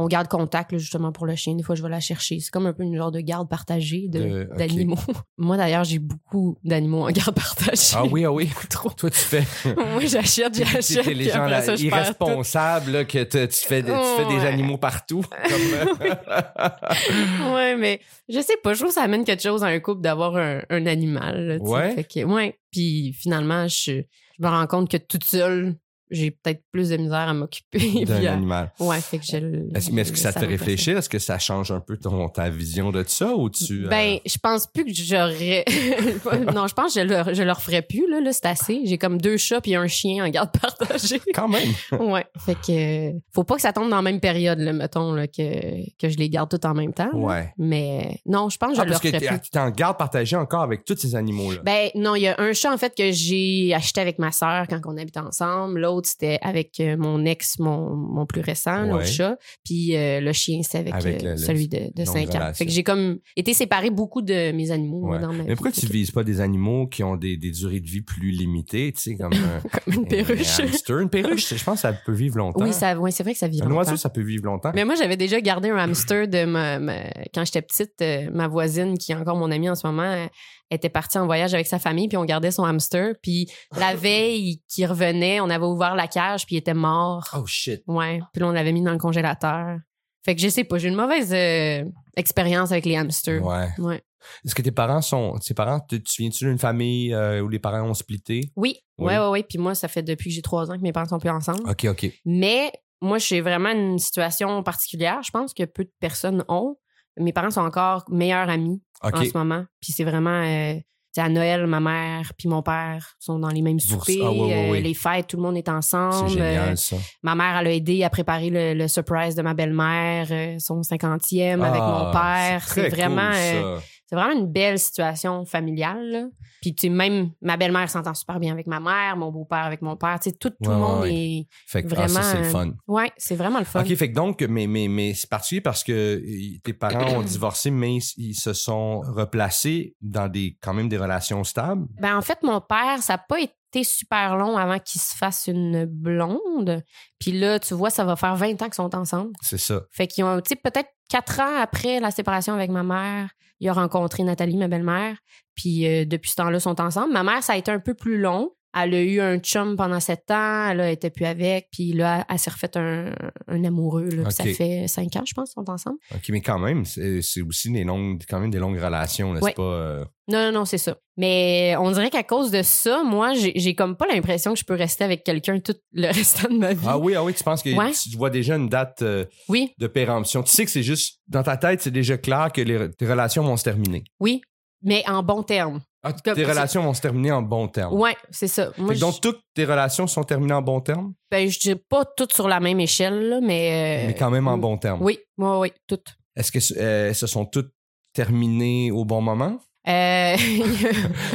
Speaker 2: on garde contact, là, justement, pour le chien. Des fois, je vais la chercher. C'est comme un peu une genre de garde partagée
Speaker 1: De-
Speaker 2: de-
Speaker 1: ok.
Speaker 2: d'animaux. Moi, d'ailleurs, j'ai beaucoup d'animaux en garde partagée.
Speaker 1: Ah oui, ah oui.
Speaker 2: trop.
Speaker 1: Toi, tu fais.
Speaker 2: Moi, j'achète, j'achète.
Speaker 1: T'es les
Speaker 2: puis
Speaker 1: gens
Speaker 2: après
Speaker 1: là,
Speaker 2: ça, je perds
Speaker 1: irresponsables là, que te- tu fais, des- tu fais des
Speaker 2: Ouais.
Speaker 1: animaux partout. Comme,
Speaker 2: tout. Ouais, mais je sais pas, je trouve que ça amène quelque chose à un couple d'avoir un, un animal. là, tu sais.
Speaker 1: Ouais.
Speaker 2: Fait que, ouais. Puis finalement, je, je me rends compte que toute seule, j'ai peut-être plus de misère à m'occuper.
Speaker 1: euh, d'un
Speaker 2: puis à-
Speaker 1: animal.
Speaker 2: Ouais, fait que je le-
Speaker 1: Est-ce- Mais est-ce que ça te fait
Speaker 2: remplace.
Speaker 1: réfléchir? Est-ce que ça change un peu ton, ta vision de ça ou tu. euh,
Speaker 2: Ben, je pense plus que j'aurais. non, je pense que je le, je le referais plus, là, là c'est assez. J'ai comme deux chats puis un chien en garde partagée.
Speaker 1: Quand même.
Speaker 2: ouais. Fait que. euh, Faut pas que ça tombe dans la même période, là, mettons, là, que, que je les garde tous en même temps. là.
Speaker 1: Ouais.
Speaker 2: Mais non, je pense que je
Speaker 1: Ah,
Speaker 2: le
Speaker 1: parce que
Speaker 2: referais
Speaker 1: t'es-
Speaker 2: plus.
Speaker 1: ah, tu t'en gardes partagé encore avec tous ces animaux-là.
Speaker 2: Ben non, il y a un chat en fait que j'ai acheté avec ma sœur quand on habitait ensemble. L'autre c'était avec euh, mon ex, mon, mon plus récent,
Speaker 1: Ouais.
Speaker 2: l'autre chat. Puis euh, le chien c'est avec,
Speaker 1: Avec le-
Speaker 2: euh,
Speaker 1: le-
Speaker 2: celui de, de
Speaker 1: longue
Speaker 2: 5 ans.
Speaker 1: relation.
Speaker 2: Fait que j'ai comme été séparée beaucoup de mes animaux moi,
Speaker 1: Ouais.
Speaker 2: dans ma
Speaker 1: mais pourquoi
Speaker 2: vie.
Speaker 1: tu vises pas des animaux qui ont des, des durées de vie plus limitées, tu sais, comme un,
Speaker 2: Comme une perruche.
Speaker 1: un hamster, une perruche, je pense que ça peut vivre longtemps.
Speaker 2: Oui, ça, ouais, c'est vrai que ça vit
Speaker 1: un
Speaker 2: longtemps.
Speaker 1: oiseau, ça peut vivre longtemps.
Speaker 2: Mais moi, j'avais déjà gardé un hamster de ma, ma- quand j'étais petite. euh, ma voisine, qui est encore mon amie en ce moment, euh, était partie en voyage avec sa famille, puis on gardait son hamster. Puis la veille qu'il revenait, on avait ouvert la cage, puis il était mort.
Speaker 1: Oh shit.
Speaker 2: Ouais. Puis là, on l'avait mis dans le congélateur. Fait que je sais pas, j'ai une mauvaise euh, expérience avec les hamsters.
Speaker 1: Ouais.
Speaker 2: Ouais.
Speaker 1: Est-ce que tes parents sont. Tes parents, tu, tu viens-tu d'une famille euh, où les parents ont splitté?
Speaker 2: Oui,
Speaker 1: Oui.
Speaker 2: ouais, ouais, ouais. Puis moi, ça fait depuis que j'ai trois ans que mes parents sont plus ensemble.
Speaker 1: OK, OK.
Speaker 2: Mais moi, j'ai vraiment une situation particulière, je pense, que peu de personnes ont. Mes parents sont encore meilleurs amis
Speaker 1: OK.
Speaker 2: en ce moment. Puis c'est vraiment. euh, tu sais, à Noël, ma mère puis mon père sont dans les mêmes
Speaker 1: Vous-
Speaker 2: soupers.
Speaker 1: ah, ouais, ouais,
Speaker 2: euh,
Speaker 1: ouais.
Speaker 2: Les fêtes, tout le monde est ensemble.
Speaker 1: C'est génial,
Speaker 2: Euh,
Speaker 1: ça.
Speaker 2: ma mère, elle a aidé à préparer le, le surprise de ma belle-mère, euh, son 50e avec
Speaker 1: Ah,
Speaker 2: mon père.
Speaker 1: très
Speaker 2: C'est vraiment.
Speaker 1: cool, ça.
Speaker 2: euh, c'est vraiment une belle situation familiale. là. Puis, tu sais, même ma belle-mère s'entend super bien avec ma mère, mon beau-père avec mon père. Tu sais, tout, tout
Speaker 1: Ouais,
Speaker 2: le monde
Speaker 1: ouais,
Speaker 2: est.
Speaker 1: Fait que, ah, ça,
Speaker 2: vraiment,
Speaker 1: c'est le
Speaker 2: euh,
Speaker 1: fun.
Speaker 2: Ouais, c'est vraiment le fun.
Speaker 1: OK, fait que donc, mais, mais, mais c'est particulier parce que euh, tes parents ont divorcé, mais ils, ils se sont replacés dans des quand même des relations stables.
Speaker 2: Ben, en fait, mon père, ça n'a pas été super long avant qu'il se fasse une blonde. Puis là, tu vois, ça va faire 20 ans qu'ils sont ensemble.
Speaker 1: C'est ça.
Speaker 2: Fait qu'ils ont, tu sais, peut-être quatre ans après la séparation avec ma mère, il a rencontré Nathalie, ma belle-mère. Puis euh, depuis ce temps-là, ils sont ensemble. Ma mère, ça a été un peu plus long. Elle a eu un chum pendant sept ans, elle n'était plus avec, puis là, elle s'est refaite un, un amoureux. là. Puis
Speaker 1: Ok.
Speaker 2: Ça fait cinq ans, je pense, qu'ils sont ensemble.
Speaker 1: OK, mais quand même, c'est c'est aussi des longues, quand même des longues relations, là,
Speaker 2: Ouais.
Speaker 1: c'est pas. euh,
Speaker 2: Non, non, non, c'est ça. Mais on dirait qu'à cause de ça, moi, j'ai j'ai comme pas l'impression que je peux rester avec quelqu'un tout le restant de ma vie.
Speaker 1: Ah oui, ah oui, tu penses que
Speaker 2: Ouais.
Speaker 1: tu vois déjà une date euh,
Speaker 2: Oui,
Speaker 1: de péremption. Tu sais que c'est juste dans ta tête, c'est déjà clair que les, tes relations vont se terminer.
Speaker 2: oui, mais en bon terme.
Speaker 1: Ah,
Speaker 2: Comme-
Speaker 1: tes relations vont se terminer en bon terme.
Speaker 2: Ouais, c'est ça. Moi,
Speaker 1: Fait que donc, toutes tes relations sont terminées en bon terme,
Speaker 2: je, ben, je dis pas toutes sur la même échelle, là, mais. euh,
Speaker 1: mais quand même en bon terme.
Speaker 2: Oui, oui, oui, toutes.
Speaker 1: Est-ce que euh, se sont toutes terminées au bon moment?
Speaker 2: Euh,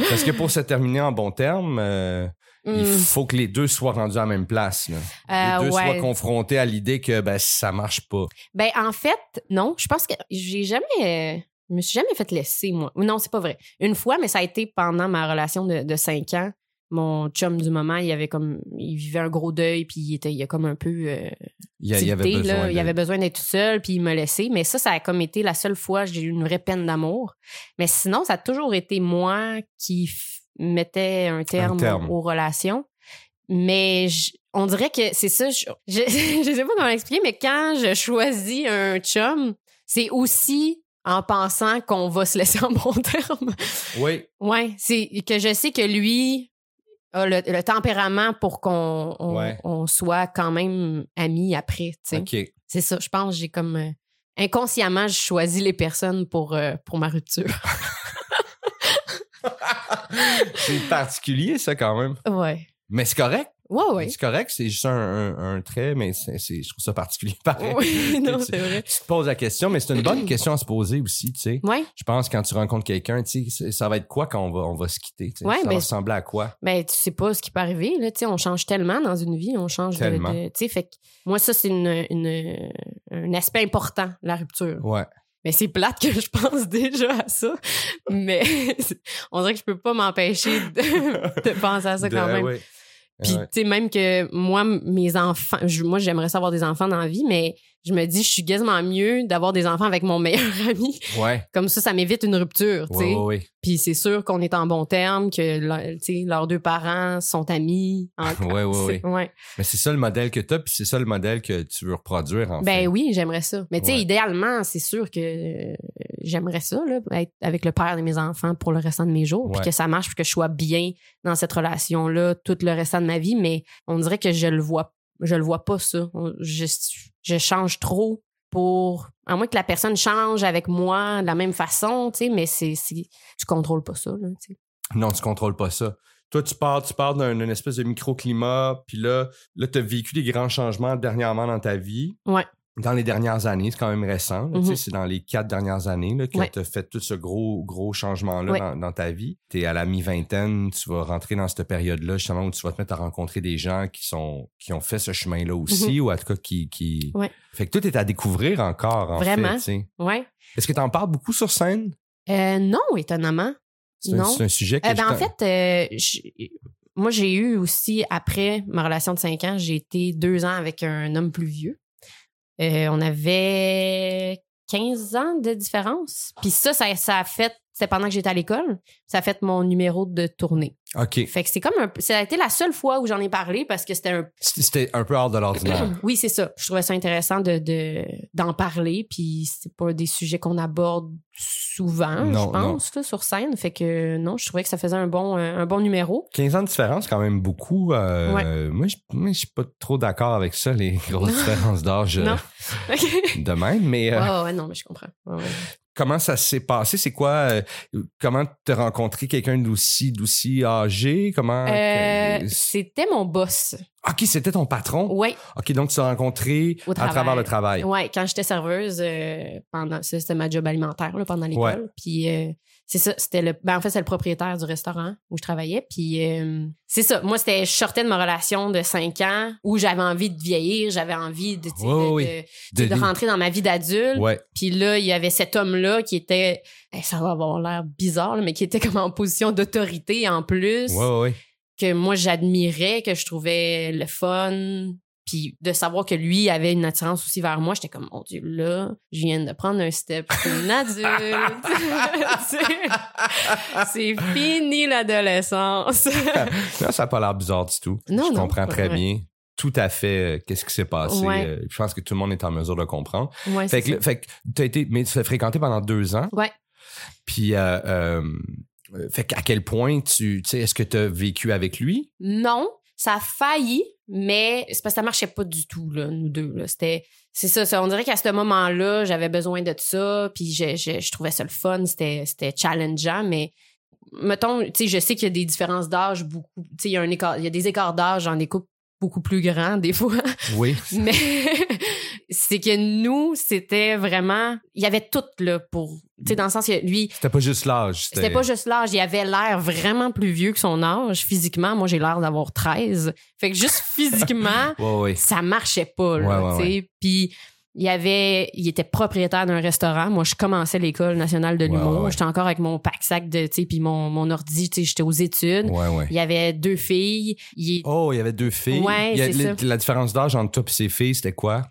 Speaker 1: Parce que pour se terminer en bon terme, euh, il
Speaker 2: hum,
Speaker 1: faut que les deux soient rendus à la même place. là.
Speaker 2: euh,
Speaker 1: les deux
Speaker 2: ouais.
Speaker 1: soient confrontés à l'idée que ben, ça marche pas.
Speaker 2: Ben, en fait, non, je pense que j'ai jamais. euh, Je me suis jamais fait laisser, moi. Non, c'est pas vrai. Une fois, mais ça a été pendant ma relation de, de 5 ans. Mon chum du moment, il avait comme. Il vivait un gros deuil, puis il était. Il a comme un peu. euh,
Speaker 1: Il y, a- il y avait
Speaker 2: tilté,
Speaker 1: besoin.
Speaker 2: là.
Speaker 1: de-
Speaker 2: Il avait besoin d'être tout seul, puis il m'a laissé. Mais ça, ça a comme été la seule fois que j'ai eu une vraie peine d'amour. Mais sinon, ça a toujours été moi qui f- mettais un terme,
Speaker 1: terme.
Speaker 2: aux relations. Mais je- on dirait que c'est ça. Je, je, je sais pas comment l'expliquer, mais quand je choisis un chum, c'est aussi en pensant qu'on va se laisser en bon terme.
Speaker 1: Oui,
Speaker 2: Ouais, c'est que je sais que lui a le, le tempérament pour qu'on on,
Speaker 1: Ouais.
Speaker 2: on soit quand même amis après, tu sais.
Speaker 1: OK.
Speaker 2: C'est ça, je pense, j'ai comme. euh, inconsciemment, je choisis les personnes pour, euh, pour ma rupture.
Speaker 1: C'est particulier, ça, quand même.
Speaker 2: ouais.
Speaker 1: Mais c'est correct.
Speaker 2: Ouais, ouais.
Speaker 1: C'est correct, c'est juste un, un- un trait, mais c'est, c'est- je trouve ça particulier. Pareil.
Speaker 2: Oui, non,
Speaker 1: Tu-
Speaker 2: c'est vrai.
Speaker 1: Tu te poses la question, mais c'est une bonne question à se poser aussi, tu sais.
Speaker 2: Ouais.
Speaker 1: Je pense quand tu rencontres quelqu'un, tu sais, ça- ça va être quoi quand on va, on va se quitter? tu sais?
Speaker 2: Ouais,
Speaker 1: ça
Speaker 2: ben,
Speaker 1: va ressembler à quoi?
Speaker 2: Ben, tu sais pas ce qui peut arriver. Là. Tu sais, On change tellement dans une vie. On change de-
Speaker 1: Tellement.
Speaker 2: de. tu sais, fait que moi, ça, c'est une, une- un aspect important, la rupture.
Speaker 1: Ouais.
Speaker 2: Mais c'est plate que je pense déjà à ça. Mais on dirait que je peux pas m'empêcher de, de penser à ça
Speaker 1: De-
Speaker 2: quand même.
Speaker 1: ouais.
Speaker 2: Puis,
Speaker 1: Ouais.
Speaker 2: tu sais, même que moi, m- mes enfants, je- moi, j'aimerais ça avoir des enfants dans la vie, mais je me dis, je suis quasiment mieux d'avoir des enfants avec mon meilleur ami.
Speaker 1: Euh, Ouais.
Speaker 2: Comme ça, ça m'évite une rupture, tu sais.
Speaker 1: Ouais, ouais, ouais.
Speaker 2: Puis c'est sûr qu'on est en bon terme, que leur- tu sais, leurs deux parents sont amis. En-
Speaker 1: Ouais, ouais, ouais.
Speaker 2: C'est- ouais.
Speaker 1: Mais c'est ça le modèle que t'as, puis c'est ça le modèle que tu veux reproduire, en
Speaker 2: Ben
Speaker 1: fait.
Speaker 2: oui, j'aimerais ça. Mais tu sais,
Speaker 1: Ouais.
Speaker 2: idéalement, c'est sûr que euh, j'aimerais ça, là, être avec le père de mes enfants pour le restant de mes jours, puis
Speaker 1: Ouais.
Speaker 2: que ça marche, puis que je sois bien dans cette relation-là tout le restant de ma vie. Mais on dirait que je le vois, je le vois pas ça. On- Je, je change trop pour, à moins que la personne change avec moi de la même façon, tu sais. Mais c'est, c'est- tu contrôles pas ça, là, tu sais.
Speaker 1: Non, tu contrôles pas ça. Toi, tu pars, tu pars d'un d'une espèce de microclimat, puis là, là tu as vécu des grands changements dernièrement dans ta vie.
Speaker 2: Ouais.
Speaker 1: Dans les dernières années, c'est quand même récent. là, tu sais,
Speaker 2: Mhm.
Speaker 1: C'est dans les quatre dernières années là, que
Speaker 2: Ouais.
Speaker 1: tu as fait tout ce gros, gros changement-là
Speaker 2: Ouais.
Speaker 1: dans, dans ta vie. Tu es à la mi-vingtaine, tu vas rentrer dans cette période-là, justement, où tu vas te mettre à rencontrer des gens qui sont qui ont fait ce chemin-là aussi, ou en tout cas qui. qui...
Speaker 2: Mhm. Ouais.
Speaker 1: Fait que tout est à découvrir encore, en
Speaker 2: Vraiment.
Speaker 1: fait. tu sais.
Speaker 2: Ouais.
Speaker 1: Est-ce que tu en parles beaucoup sur scène?
Speaker 2: Euh, non, étonnamment.
Speaker 1: C'est un,
Speaker 2: Non.
Speaker 1: c'est un sujet que
Speaker 2: Eh ben,
Speaker 1: je
Speaker 2: en
Speaker 1: t'en-
Speaker 2: fait, euh, je- moi, j'ai eu aussi, après ma relation de 5 ans, j'ai été deux ans avec un homme plus vieux. Euh, on avait 15 ans de différence. Puis ça, ça, ça a fait, c'est pendant que j'étais à l'école, ça a fait mon numéro de tournée.
Speaker 1: OK.
Speaker 2: Fait que c'est comme un, ça a été la seule fois où j'en ai parlé parce que c'était un
Speaker 1: C'était un peu hors de l'ordinaire.
Speaker 2: oui, c'est ça. Je trouvais ça intéressant de, de- d'en parler. Puis c'est pas des sujets qu'on aborde souvent,
Speaker 1: Non,
Speaker 2: je pense, là, sur scène. Fait que non, je trouvais que ça faisait un bon, euh, un bon numéro.
Speaker 1: 15 ans de différence, quand même beaucoup. Euh, Moi, je moi, je suis pas trop d'accord avec ça, les grosses différences d'âge euh,
Speaker 2: Non. OK.
Speaker 1: de même. Mais
Speaker 2: Ouais,
Speaker 1: euh,
Speaker 2: ouais, ouais, non, mais je comprends. Ouais, ouais.
Speaker 1: comment ça s'est passé? C'est quoi? euh, comment te rencontrer quelqu'un d'aussi, d'aussi âgé? Comment?
Speaker 2: Euh,
Speaker 1: que-
Speaker 2: c'était mon boss.
Speaker 1: OK, c'était ton patron.
Speaker 2: Ouais,
Speaker 1: OK, donc tu l'as rencontré
Speaker 2: Au
Speaker 1: à
Speaker 2: travail.
Speaker 1: travers le travail.
Speaker 2: ouais. Quand j'étais serveuse, euh, pendant, ça, c'était ma job alimentaire là, pendant l'école. Puis euh, c'est ça, c'était le. Ben, en fait, c'est le propriétaire du restaurant où je travaillais. Puis euh, c'est ça. Moi, c'était, je sortais de ma relation de 5 ans où j'avais envie de vieillir, j'avais envie de, tu sais,
Speaker 1: Ouais,
Speaker 2: de-
Speaker 1: oui.
Speaker 2: de- de, de rentrer dans ma vie d'adulte.
Speaker 1: Ouais.
Speaker 2: Puis là, il y avait cet homme-là qui était, eh, ça va avoir l'air bizarre, là, mais qui était comme en position d'autorité en plus,
Speaker 1: Ouais, ouais, ouais.
Speaker 2: que moi j'admirais, que je trouvais le fun. Puis de savoir que lui avait une attirance aussi vers moi, j'étais comme, mon Dieu, là, je viens de prendre un step, je suis une adulte. C'est- C'est fini l'adolescence.
Speaker 1: Non, ça n'a pas l'air bizarre du tout.
Speaker 2: Non,
Speaker 1: je
Speaker 2: non,
Speaker 1: comprends
Speaker 2: pas
Speaker 1: très
Speaker 2: vrai.
Speaker 1: bien tout à fait euh, qu'est-ce qui s'est passé.
Speaker 2: Ouais.
Speaker 1: Euh, je pense que tout le monde est en mesure de comprendre.
Speaker 2: Ouais,
Speaker 1: Fait
Speaker 2: c'est
Speaker 1: que,
Speaker 2: ça.
Speaker 1: là, fait que t'as été, mais tu l'as fréquenté pendant deux ans.
Speaker 2: Ouais.
Speaker 1: Puis, euh, euh, euh, fait qu'à quel point tu, tu sais, est-ce que tu as vécu avec lui?
Speaker 2: Non, ça a failli, mais c'est parce que ça marchait pas du tout, là, nous deux. Là. C'était, c'est ça, ça, On dirait qu'à ce moment-là, j'avais besoin de ça, puis je, je- je trouvais ça le fun, c'était, c'était challengeant, mais mettons, tu sais, je sais qu'il y a des différences d'âge beaucoup. Tu sais, il y a un écart, il y a des écarts d'âge dans des couples beaucoup plus grands, des fois.
Speaker 1: Oui.
Speaker 2: Mais c'est que nous, c'était vraiment. Il y avait tout, là, pour. Tu sais, dans le sens que lui,
Speaker 1: C'était pas juste l'âge.
Speaker 2: c'était pas juste l'âge. Il avait l'air vraiment plus vieux que son âge. Physiquement, moi, j'ai l'air d'avoir 13. Fait que juste physiquement,
Speaker 1: Ouais, ouais.
Speaker 2: ça marchait pas. là,
Speaker 1: Ouais, ouais,
Speaker 2: tu sais. Puis il y avait, il était propriétaire d'un restaurant. Moi, je commençais l'école nationale de
Speaker 1: Ouais,
Speaker 2: l'humour.
Speaker 1: ouais, ouais.
Speaker 2: J'étais encore avec mon pack-sac de, tu sais, puis mon, mon ordi, tu sais, j'étais aux études.
Speaker 1: Ouais, ouais.
Speaker 2: Il y avait deux filles. Il-
Speaker 1: Oh, il y avait deux filles.
Speaker 2: Ouais,
Speaker 1: Il y a-
Speaker 2: c'est
Speaker 1: la, la différence d'âge entre toi et ses filles, c'était quoi?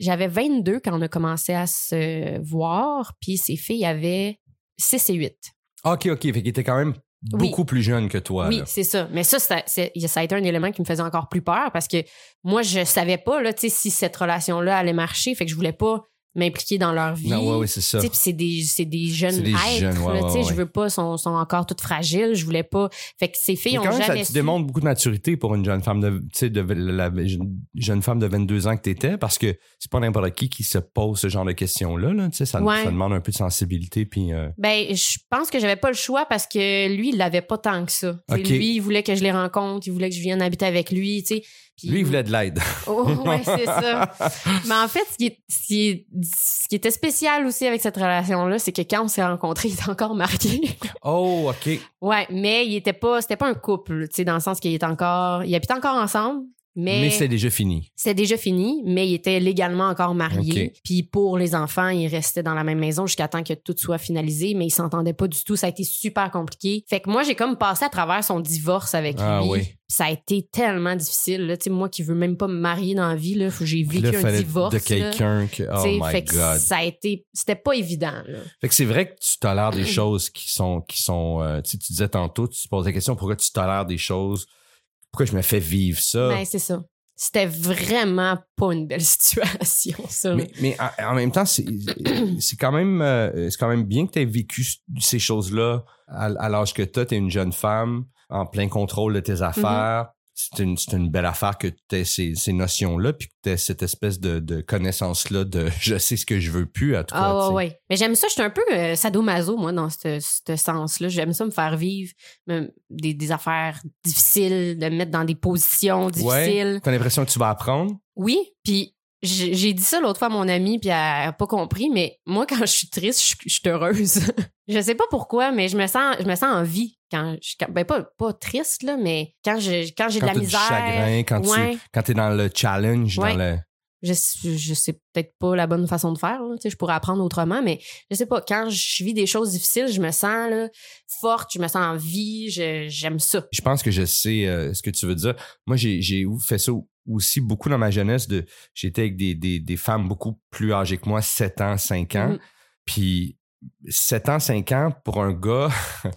Speaker 2: J'avais 22 quand on a commencé à se voir. Puis ses filles avaient 6 et 8.
Speaker 1: Ah, OK, OK. Fait qu'il était quand même beaucoup plus jeune que toi.
Speaker 2: Oui,
Speaker 1: là.
Speaker 2: c'est ça. Mais ça, ça, c'est- ça a été un élément qui me faisait encore plus peur parce que moi, je savais pas là, tu sais, si cette relation-là allait marcher. Fait que je voulais pas m'impliquer dans leur vie.
Speaker 1: Non, ouais, ouais, c'est ça.
Speaker 2: Tu sais, puis c'est des, c'est des jeunes
Speaker 1: C'est des
Speaker 2: êtres.
Speaker 1: jeunes, ouais,
Speaker 2: là, tu sais,
Speaker 1: ouais,
Speaker 2: Je
Speaker 1: ouais.
Speaker 2: veux pas, sont, sont encore toutes fragiles. Je voulais pas. Fait que ces filles
Speaker 1: Mais
Speaker 2: ont
Speaker 1: quand même,
Speaker 2: jamais
Speaker 1: ça te
Speaker 2: su-
Speaker 1: démontre beaucoup de maturité pour une jeune femme de, tu sais, de la jeune- jeune femme de 22 ans que tu étais, parce que c'est pas n'importe qui qui se pose ce genre de questions-là. Là, tu sais, ça,
Speaker 2: Ouais.
Speaker 1: ça demande un peu de sensibilité. Puis, euh,
Speaker 2: Ben, je pense que j'avais pas le choix parce que lui, il l'avait pas tant que ça. Tu sais,
Speaker 1: Ok.
Speaker 2: Lui, il voulait que je les rencontre, il voulait que je vienne habiter avec lui, tu sais. Puis-
Speaker 1: lui, il voulait de l'aide.
Speaker 2: Oh, ouais, c'est ça. Mais en fait, ce qui, est- ce qui est- ce qui était spécial aussi avec cette relation-là, c'est que quand on s'est rencontrés, il était encore marié.
Speaker 1: oh, OK.
Speaker 2: ouais, mais il était pas, c'était pas un couple, tu sais, dans le sens qu'il était encore, il habitait encore ensemble, mais,
Speaker 1: Mais c'est déjà fini.
Speaker 2: c'est déjà fini, mais il était légalement encore marié.
Speaker 1: Ok.
Speaker 2: Puis pour les enfants, il restait dans la même maison jusqu'à temps que tout soit finalisé, mais ils s'entendaient pas du tout. Ça a été super compliqué. Fait que moi, j'ai comme passé à travers son divorce avec
Speaker 1: Ah
Speaker 2: lui.
Speaker 1: oui.
Speaker 2: Puis Ça a été tellement difficile. Là. Tu sais, Moi qui veux même pas me marier dans la vie, là, j'ai vécu
Speaker 1: Là,
Speaker 2: un
Speaker 1: fallait
Speaker 2: divorce.
Speaker 1: de
Speaker 2: là.
Speaker 1: quelqu'un que.
Speaker 2: Tu
Speaker 1: Oh
Speaker 2: sais,
Speaker 1: my
Speaker 2: fait que
Speaker 1: God.
Speaker 2: ça a été. C'était pas évident. là.
Speaker 1: Fait que c'est vrai que tu tolères des choses qui sont. Qui sont euh, tu sais, tu disais tantôt, tu te poses la question pourquoi tu tolères des choses, pourquoi je me fais vivre ça.
Speaker 2: Mais Ben, c'est ça. C'était vraiment pas une belle situation, ça.
Speaker 1: Mais, mais en, en même temps, c'est c'est quand, même, euh, c'est quand même bien que tu aies vécu c- ces choses-là à, à l'âge que tu as. Tu es une jeune femme en plein contrôle de tes
Speaker 2: Mhm.
Speaker 1: affaires. C'est une, c'est une belle affaire que tu aies ces, ces notions-là, puis que tu aies cette espèce de, de connaissance-là de je sais ce que je veux plus à tout cas,
Speaker 2: Ah
Speaker 1: tu
Speaker 2: ouais,
Speaker 1: sais.
Speaker 2: ouais. Mais j'aime ça, je suis un peu euh, sadomaso, moi, dans ce ce sens-là. J'aime ça me faire vivre me- des, des affaires difficiles, de me mettre dans des positions difficiles.
Speaker 1: T'as l'impression que tu vas apprendre.
Speaker 2: Oui, puis j'ai j'ai dit ça l'autre fois à mon amie, puis elle n'a pas compris, mais moi, quand je suis triste, je, suis- je suis heureuse. je sais pas pourquoi, mais je me sens, je me sens en vie. Quand je, quand- ben pas, pas triste, là, mais quand je- quand j'ai de
Speaker 1: Quand
Speaker 2: la
Speaker 1: t'as du
Speaker 2: misère.
Speaker 1: chagrin, quand
Speaker 2: ouais.
Speaker 1: tu quand es dans le challenge,
Speaker 2: Ouais.
Speaker 1: dans le.
Speaker 2: je, je sais peut-être pas la bonne façon de faire, là, tu sais, je pourrais apprendre autrement, mais je sais pas, quand je vis des choses difficiles, je me sens là, forte, je me sens en vie, je- j'aime ça.
Speaker 1: je pense que je sais euh, ce que tu veux dire. Moi, j'ai, j'ai fait ça au- aussi beaucoup dans ma jeunesse. De, j'étais avec des, des, des femmes beaucoup plus âgées que moi, 7 ans, 5 ans.
Speaker 2: Mhm.
Speaker 1: Puis 7 ans, 5 ans, pour un gars,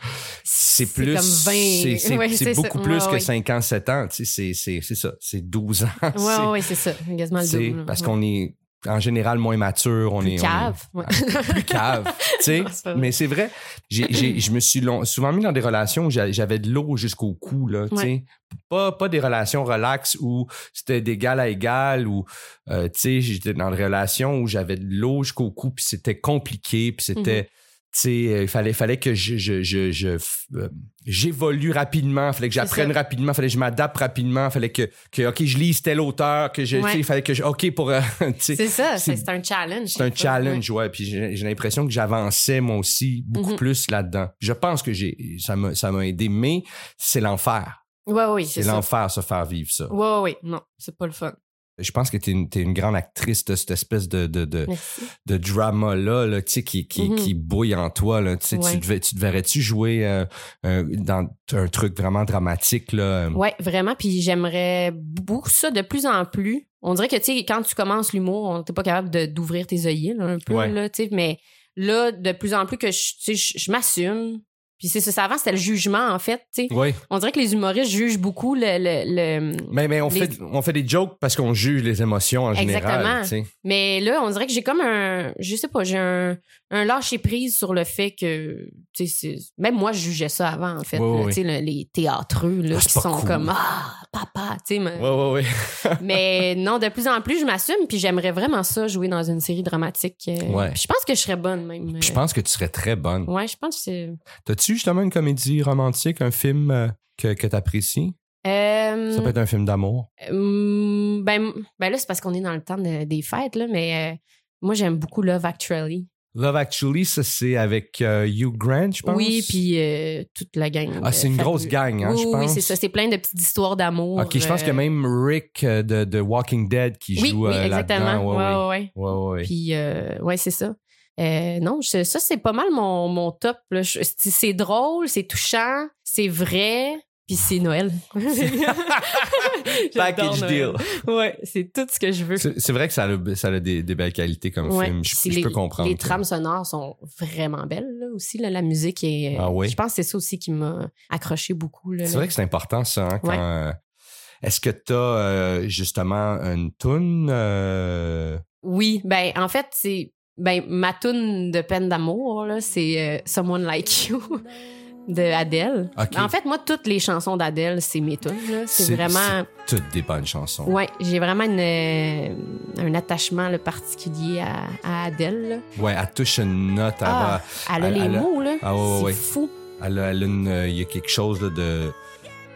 Speaker 1: c'est, plus.
Speaker 2: comme 20.
Speaker 1: C'est, c'est-
Speaker 2: Ouais,
Speaker 1: c'est
Speaker 2: c'est ça.
Speaker 1: beaucoup plus
Speaker 2: Ouais,
Speaker 1: que
Speaker 2: ouais.
Speaker 1: 5 ans, 7 ans. Tu sais, c'est, c'est, c'est ça. C'est 12 ans.
Speaker 2: Ouais,
Speaker 1: C'est-
Speaker 2: ouais, ouais, c'est ça, quasiment le
Speaker 1: c'est-
Speaker 2: double. là.
Speaker 1: parce
Speaker 2: Ouais.
Speaker 1: qu'on est en général moins mature. On
Speaker 2: Plus
Speaker 1: est, Ah, on est-
Speaker 2: cave. ouais.
Speaker 1: plus cave. tu sais.
Speaker 2: Non, c'est pas vrai.
Speaker 1: mais c'est vrai, j'ai- j'ai- je me suis long- souvent mis dans des relations où j'a- j'avais de l'eau jusqu'au cou. Là, tu sais.
Speaker 2: Ouais.
Speaker 1: pas, pas des relations relaxes où c'était d'égal à égal ou euh, tu sais, j'étais dans des relations où j'avais de l'eau jusqu'au cou puis c'était compliqué puis
Speaker 2: Mm-hmm.
Speaker 1: c'était. tu sais, euh, il fallait, fallait que je, je, je, je, f- euh, j'évolue rapidement, il fallait que j'apprenne
Speaker 2: ça.
Speaker 1: rapidement, il fallait que je m'adapte rapidement, il fallait que, que, OK, je lise tel auteur, que je, tu sais,
Speaker 2: Ouais.
Speaker 1: il fallait que je, OK, pour, euh, tu sais.
Speaker 2: C'est ça,
Speaker 1: c'est-
Speaker 2: c'est c'est un challenge.
Speaker 1: C'est un challenge, ouais. Puis j'ai j'ai l'impression que j'avançais moi aussi beaucoup
Speaker 2: Mhm.
Speaker 1: plus là-dedans. Je pense que j'ai ça m'a ça m'a aidé, mais c'est l'enfer.
Speaker 2: Ouais, ouais, ouais,
Speaker 1: C'est
Speaker 2: c'est ça.
Speaker 1: l'enfer se faire vivre ça.
Speaker 2: Ouais, ouais, ouais, non, c'est pas le fun.
Speaker 1: Je pense que t'es une, t'es une grande actrice de cette espèce de, de, de,
Speaker 2: Merci.
Speaker 1: de drama-là là, tu sais, qui, qui,
Speaker 2: Mhm.
Speaker 1: qui bouille en toi. Là, tu sais,
Speaker 2: Ouais.
Speaker 1: tu, devais- tu te verrais-tu jouer euh, euh, dans un truc vraiment dramatique? Là?
Speaker 2: Ouais, vraiment. Puis j'aimerais beaucoup ça de plus en plus. On dirait que, tu sais, quand tu commences l'humour, on t'es pas capable de- d'ouvrir tes œillets, là, un peu,
Speaker 1: Ouais.
Speaker 2: là, tu sais. Mais là, de plus en plus que je, tu sais, je, je m'assume. Puis c'est ça. ça, Avant, c'était le jugement, en fait, tu sais.
Speaker 1: Oui,
Speaker 2: On dirait que les humoristes jugent beaucoup le. le- le-
Speaker 1: mais, mais on,
Speaker 2: Les-
Speaker 1: fait, on fait des jokes parce qu'on juge les émotions en général.
Speaker 2: Exactement.
Speaker 1: tu sais.
Speaker 2: Mais là, on dirait que j'ai comme un. Je sais pas, j'ai un, un lâcher-prise sur le fait que. Tu sais, c'est- même moi, je jugeais ça avant, en fait.
Speaker 1: Ouais, ouais,
Speaker 2: là, tu sais, le- les théâtreux, là,
Speaker 1: Ah, c'est
Speaker 2: qui
Speaker 1: pas
Speaker 2: sont
Speaker 1: cool.
Speaker 2: comme. Ah, papa, tu sais. me-
Speaker 1: Ouais, ouais, ouais.
Speaker 2: Mais non, de plus en plus, je m'assume, puis j'aimerais vraiment ça, jouer dans une série dramatique. Euh,
Speaker 1: Ouais.
Speaker 2: puis Je pense que je serais bonne, même.
Speaker 1: Je pense que tu serais très bonne.
Speaker 2: Euh, Ouais, je pense que c'est.
Speaker 1: T'as-tu justement une comédie romantique, un film euh, que, que t'apprécies?
Speaker 2: Euh,
Speaker 1: Ça peut être un film d'amour.
Speaker 2: euh, ben, ben là, c'est parce qu'on est dans le temps de- des fêtes, là, mais euh, moi, j'aime beaucoup Love Actually.
Speaker 1: Love Actually, ça c'est avec euh, Hugh Grant, je pense.
Speaker 2: Oui, puis euh, toute la gang.
Speaker 1: Ah, c'est
Speaker 2: euh,
Speaker 1: une
Speaker 2: fabuleux.
Speaker 1: grosse gang, hein,
Speaker 2: oui,
Speaker 1: je
Speaker 2: oui,
Speaker 1: pense.
Speaker 2: oui, c'est ça. C'est plein de petites histoires d'amour.
Speaker 1: Ok, je pense
Speaker 2: euh,
Speaker 1: qu'il y a même Rick euh, de, de Walking Dead qui
Speaker 2: Oui,
Speaker 1: joue
Speaker 2: oui,
Speaker 1: euh,
Speaker 2: exactement.
Speaker 1: là-dedans. Ouais, ouais. Ouais,
Speaker 2: ouais, ouais, ouais.
Speaker 1: ouais, ouais.
Speaker 2: Puis, euh, ouais, c'est ça. Euh, non, je- ça, c'est pas mal mon, mon top. là. Je- C'est c'est drôle, c'est touchant, c'est vrai, puis c'est Noël. J'adore
Speaker 1: Package
Speaker 2: Noël.
Speaker 1: deal.
Speaker 2: Ouais, c'est tout ce que je veux.
Speaker 1: C'est c'est vrai que ça a, ça a des, des belles qualités comme
Speaker 2: Ouais.
Speaker 1: film. Je,
Speaker 2: Puis
Speaker 1: je
Speaker 2: les-
Speaker 1: peux comprendre.
Speaker 2: Les
Speaker 1: ça.
Speaker 2: trames sonores sont vraiment belles là, aussi. là. la musique est.
Speaker 1: Ah oui?
Speaker 2: Je pense que c'est ça aussi qui m'a accroché beaucoup. là,
Speaker 1: C'est
Speaker 2: là.
Speaker 1: vrai que c'est important ça. hein, quand,
Speaker 2: Ouais.
Speaker 1: euh, Est-ce que t'as euh, justement une toune? euh,
Speaker 2: Oui, ben en fait, c'est ben ma tune de peine d'amour là, c'est euh, Someone Like You de Adele.
Speaker 1: Ok.
Speaker 2: En fait, moi toutes les chansons d'Adèle, c'est mes tunes là, c'est
Speaker 1: C'est-
Speaker 2: vraiment
Speaker 1: c'est toutes des bonnes chansons.
Speaker 2: ouais, j'ai vraiment une, euh, un attachement là, particulier à, à Adele. là.
Speaker 1: Ouais, elle touche une note, elle,
Speaker 2: Ah,
Speaker 1: va-
Speaker 2: elle a
Speaker 1: elle-
Speaker 2: les
Speaker 1: elle a-
Speaker 2: mots là,
Speaker 1: Ah, ouais,
Speaker 2: c'est
Speaker 1: ouais.
Speaker 2: fou.
Speaker 1: elle a- elle a une- euh, il y a quelque chose là, de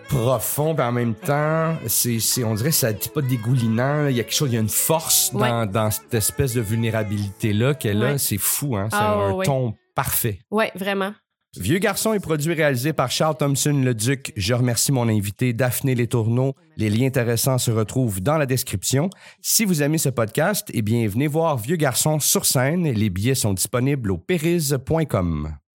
Speaker 1: profond, puis en même temps, c'est, c'est- on dirait que ça dit pas dégoulinant. là. Il y a quelque chose, il y a une force dans, dans cette espèce de vulnérabilité là qu'elle a.
Speaker 2: Ouais.
Speaker 1: C'est fou, hein. C'est
Speaker 2: Ah,
Speaker 1: un
Speaker 2: ouais, ouais.
Speaker 1: ton parfait.
Speaker 2: Ouais, vraiment.
Speaker 1: Vieux garçon est produit et réalisé par Charles Thompson Le Duc. Je remercie mon invité Daphné Les Tourneaux. Les liens intéressants se retrouvent dans la description. Si vous aimez ce podcast, eh bien venez voir Vieux garçon sur scène. Les billets sont disponibles au périse.com.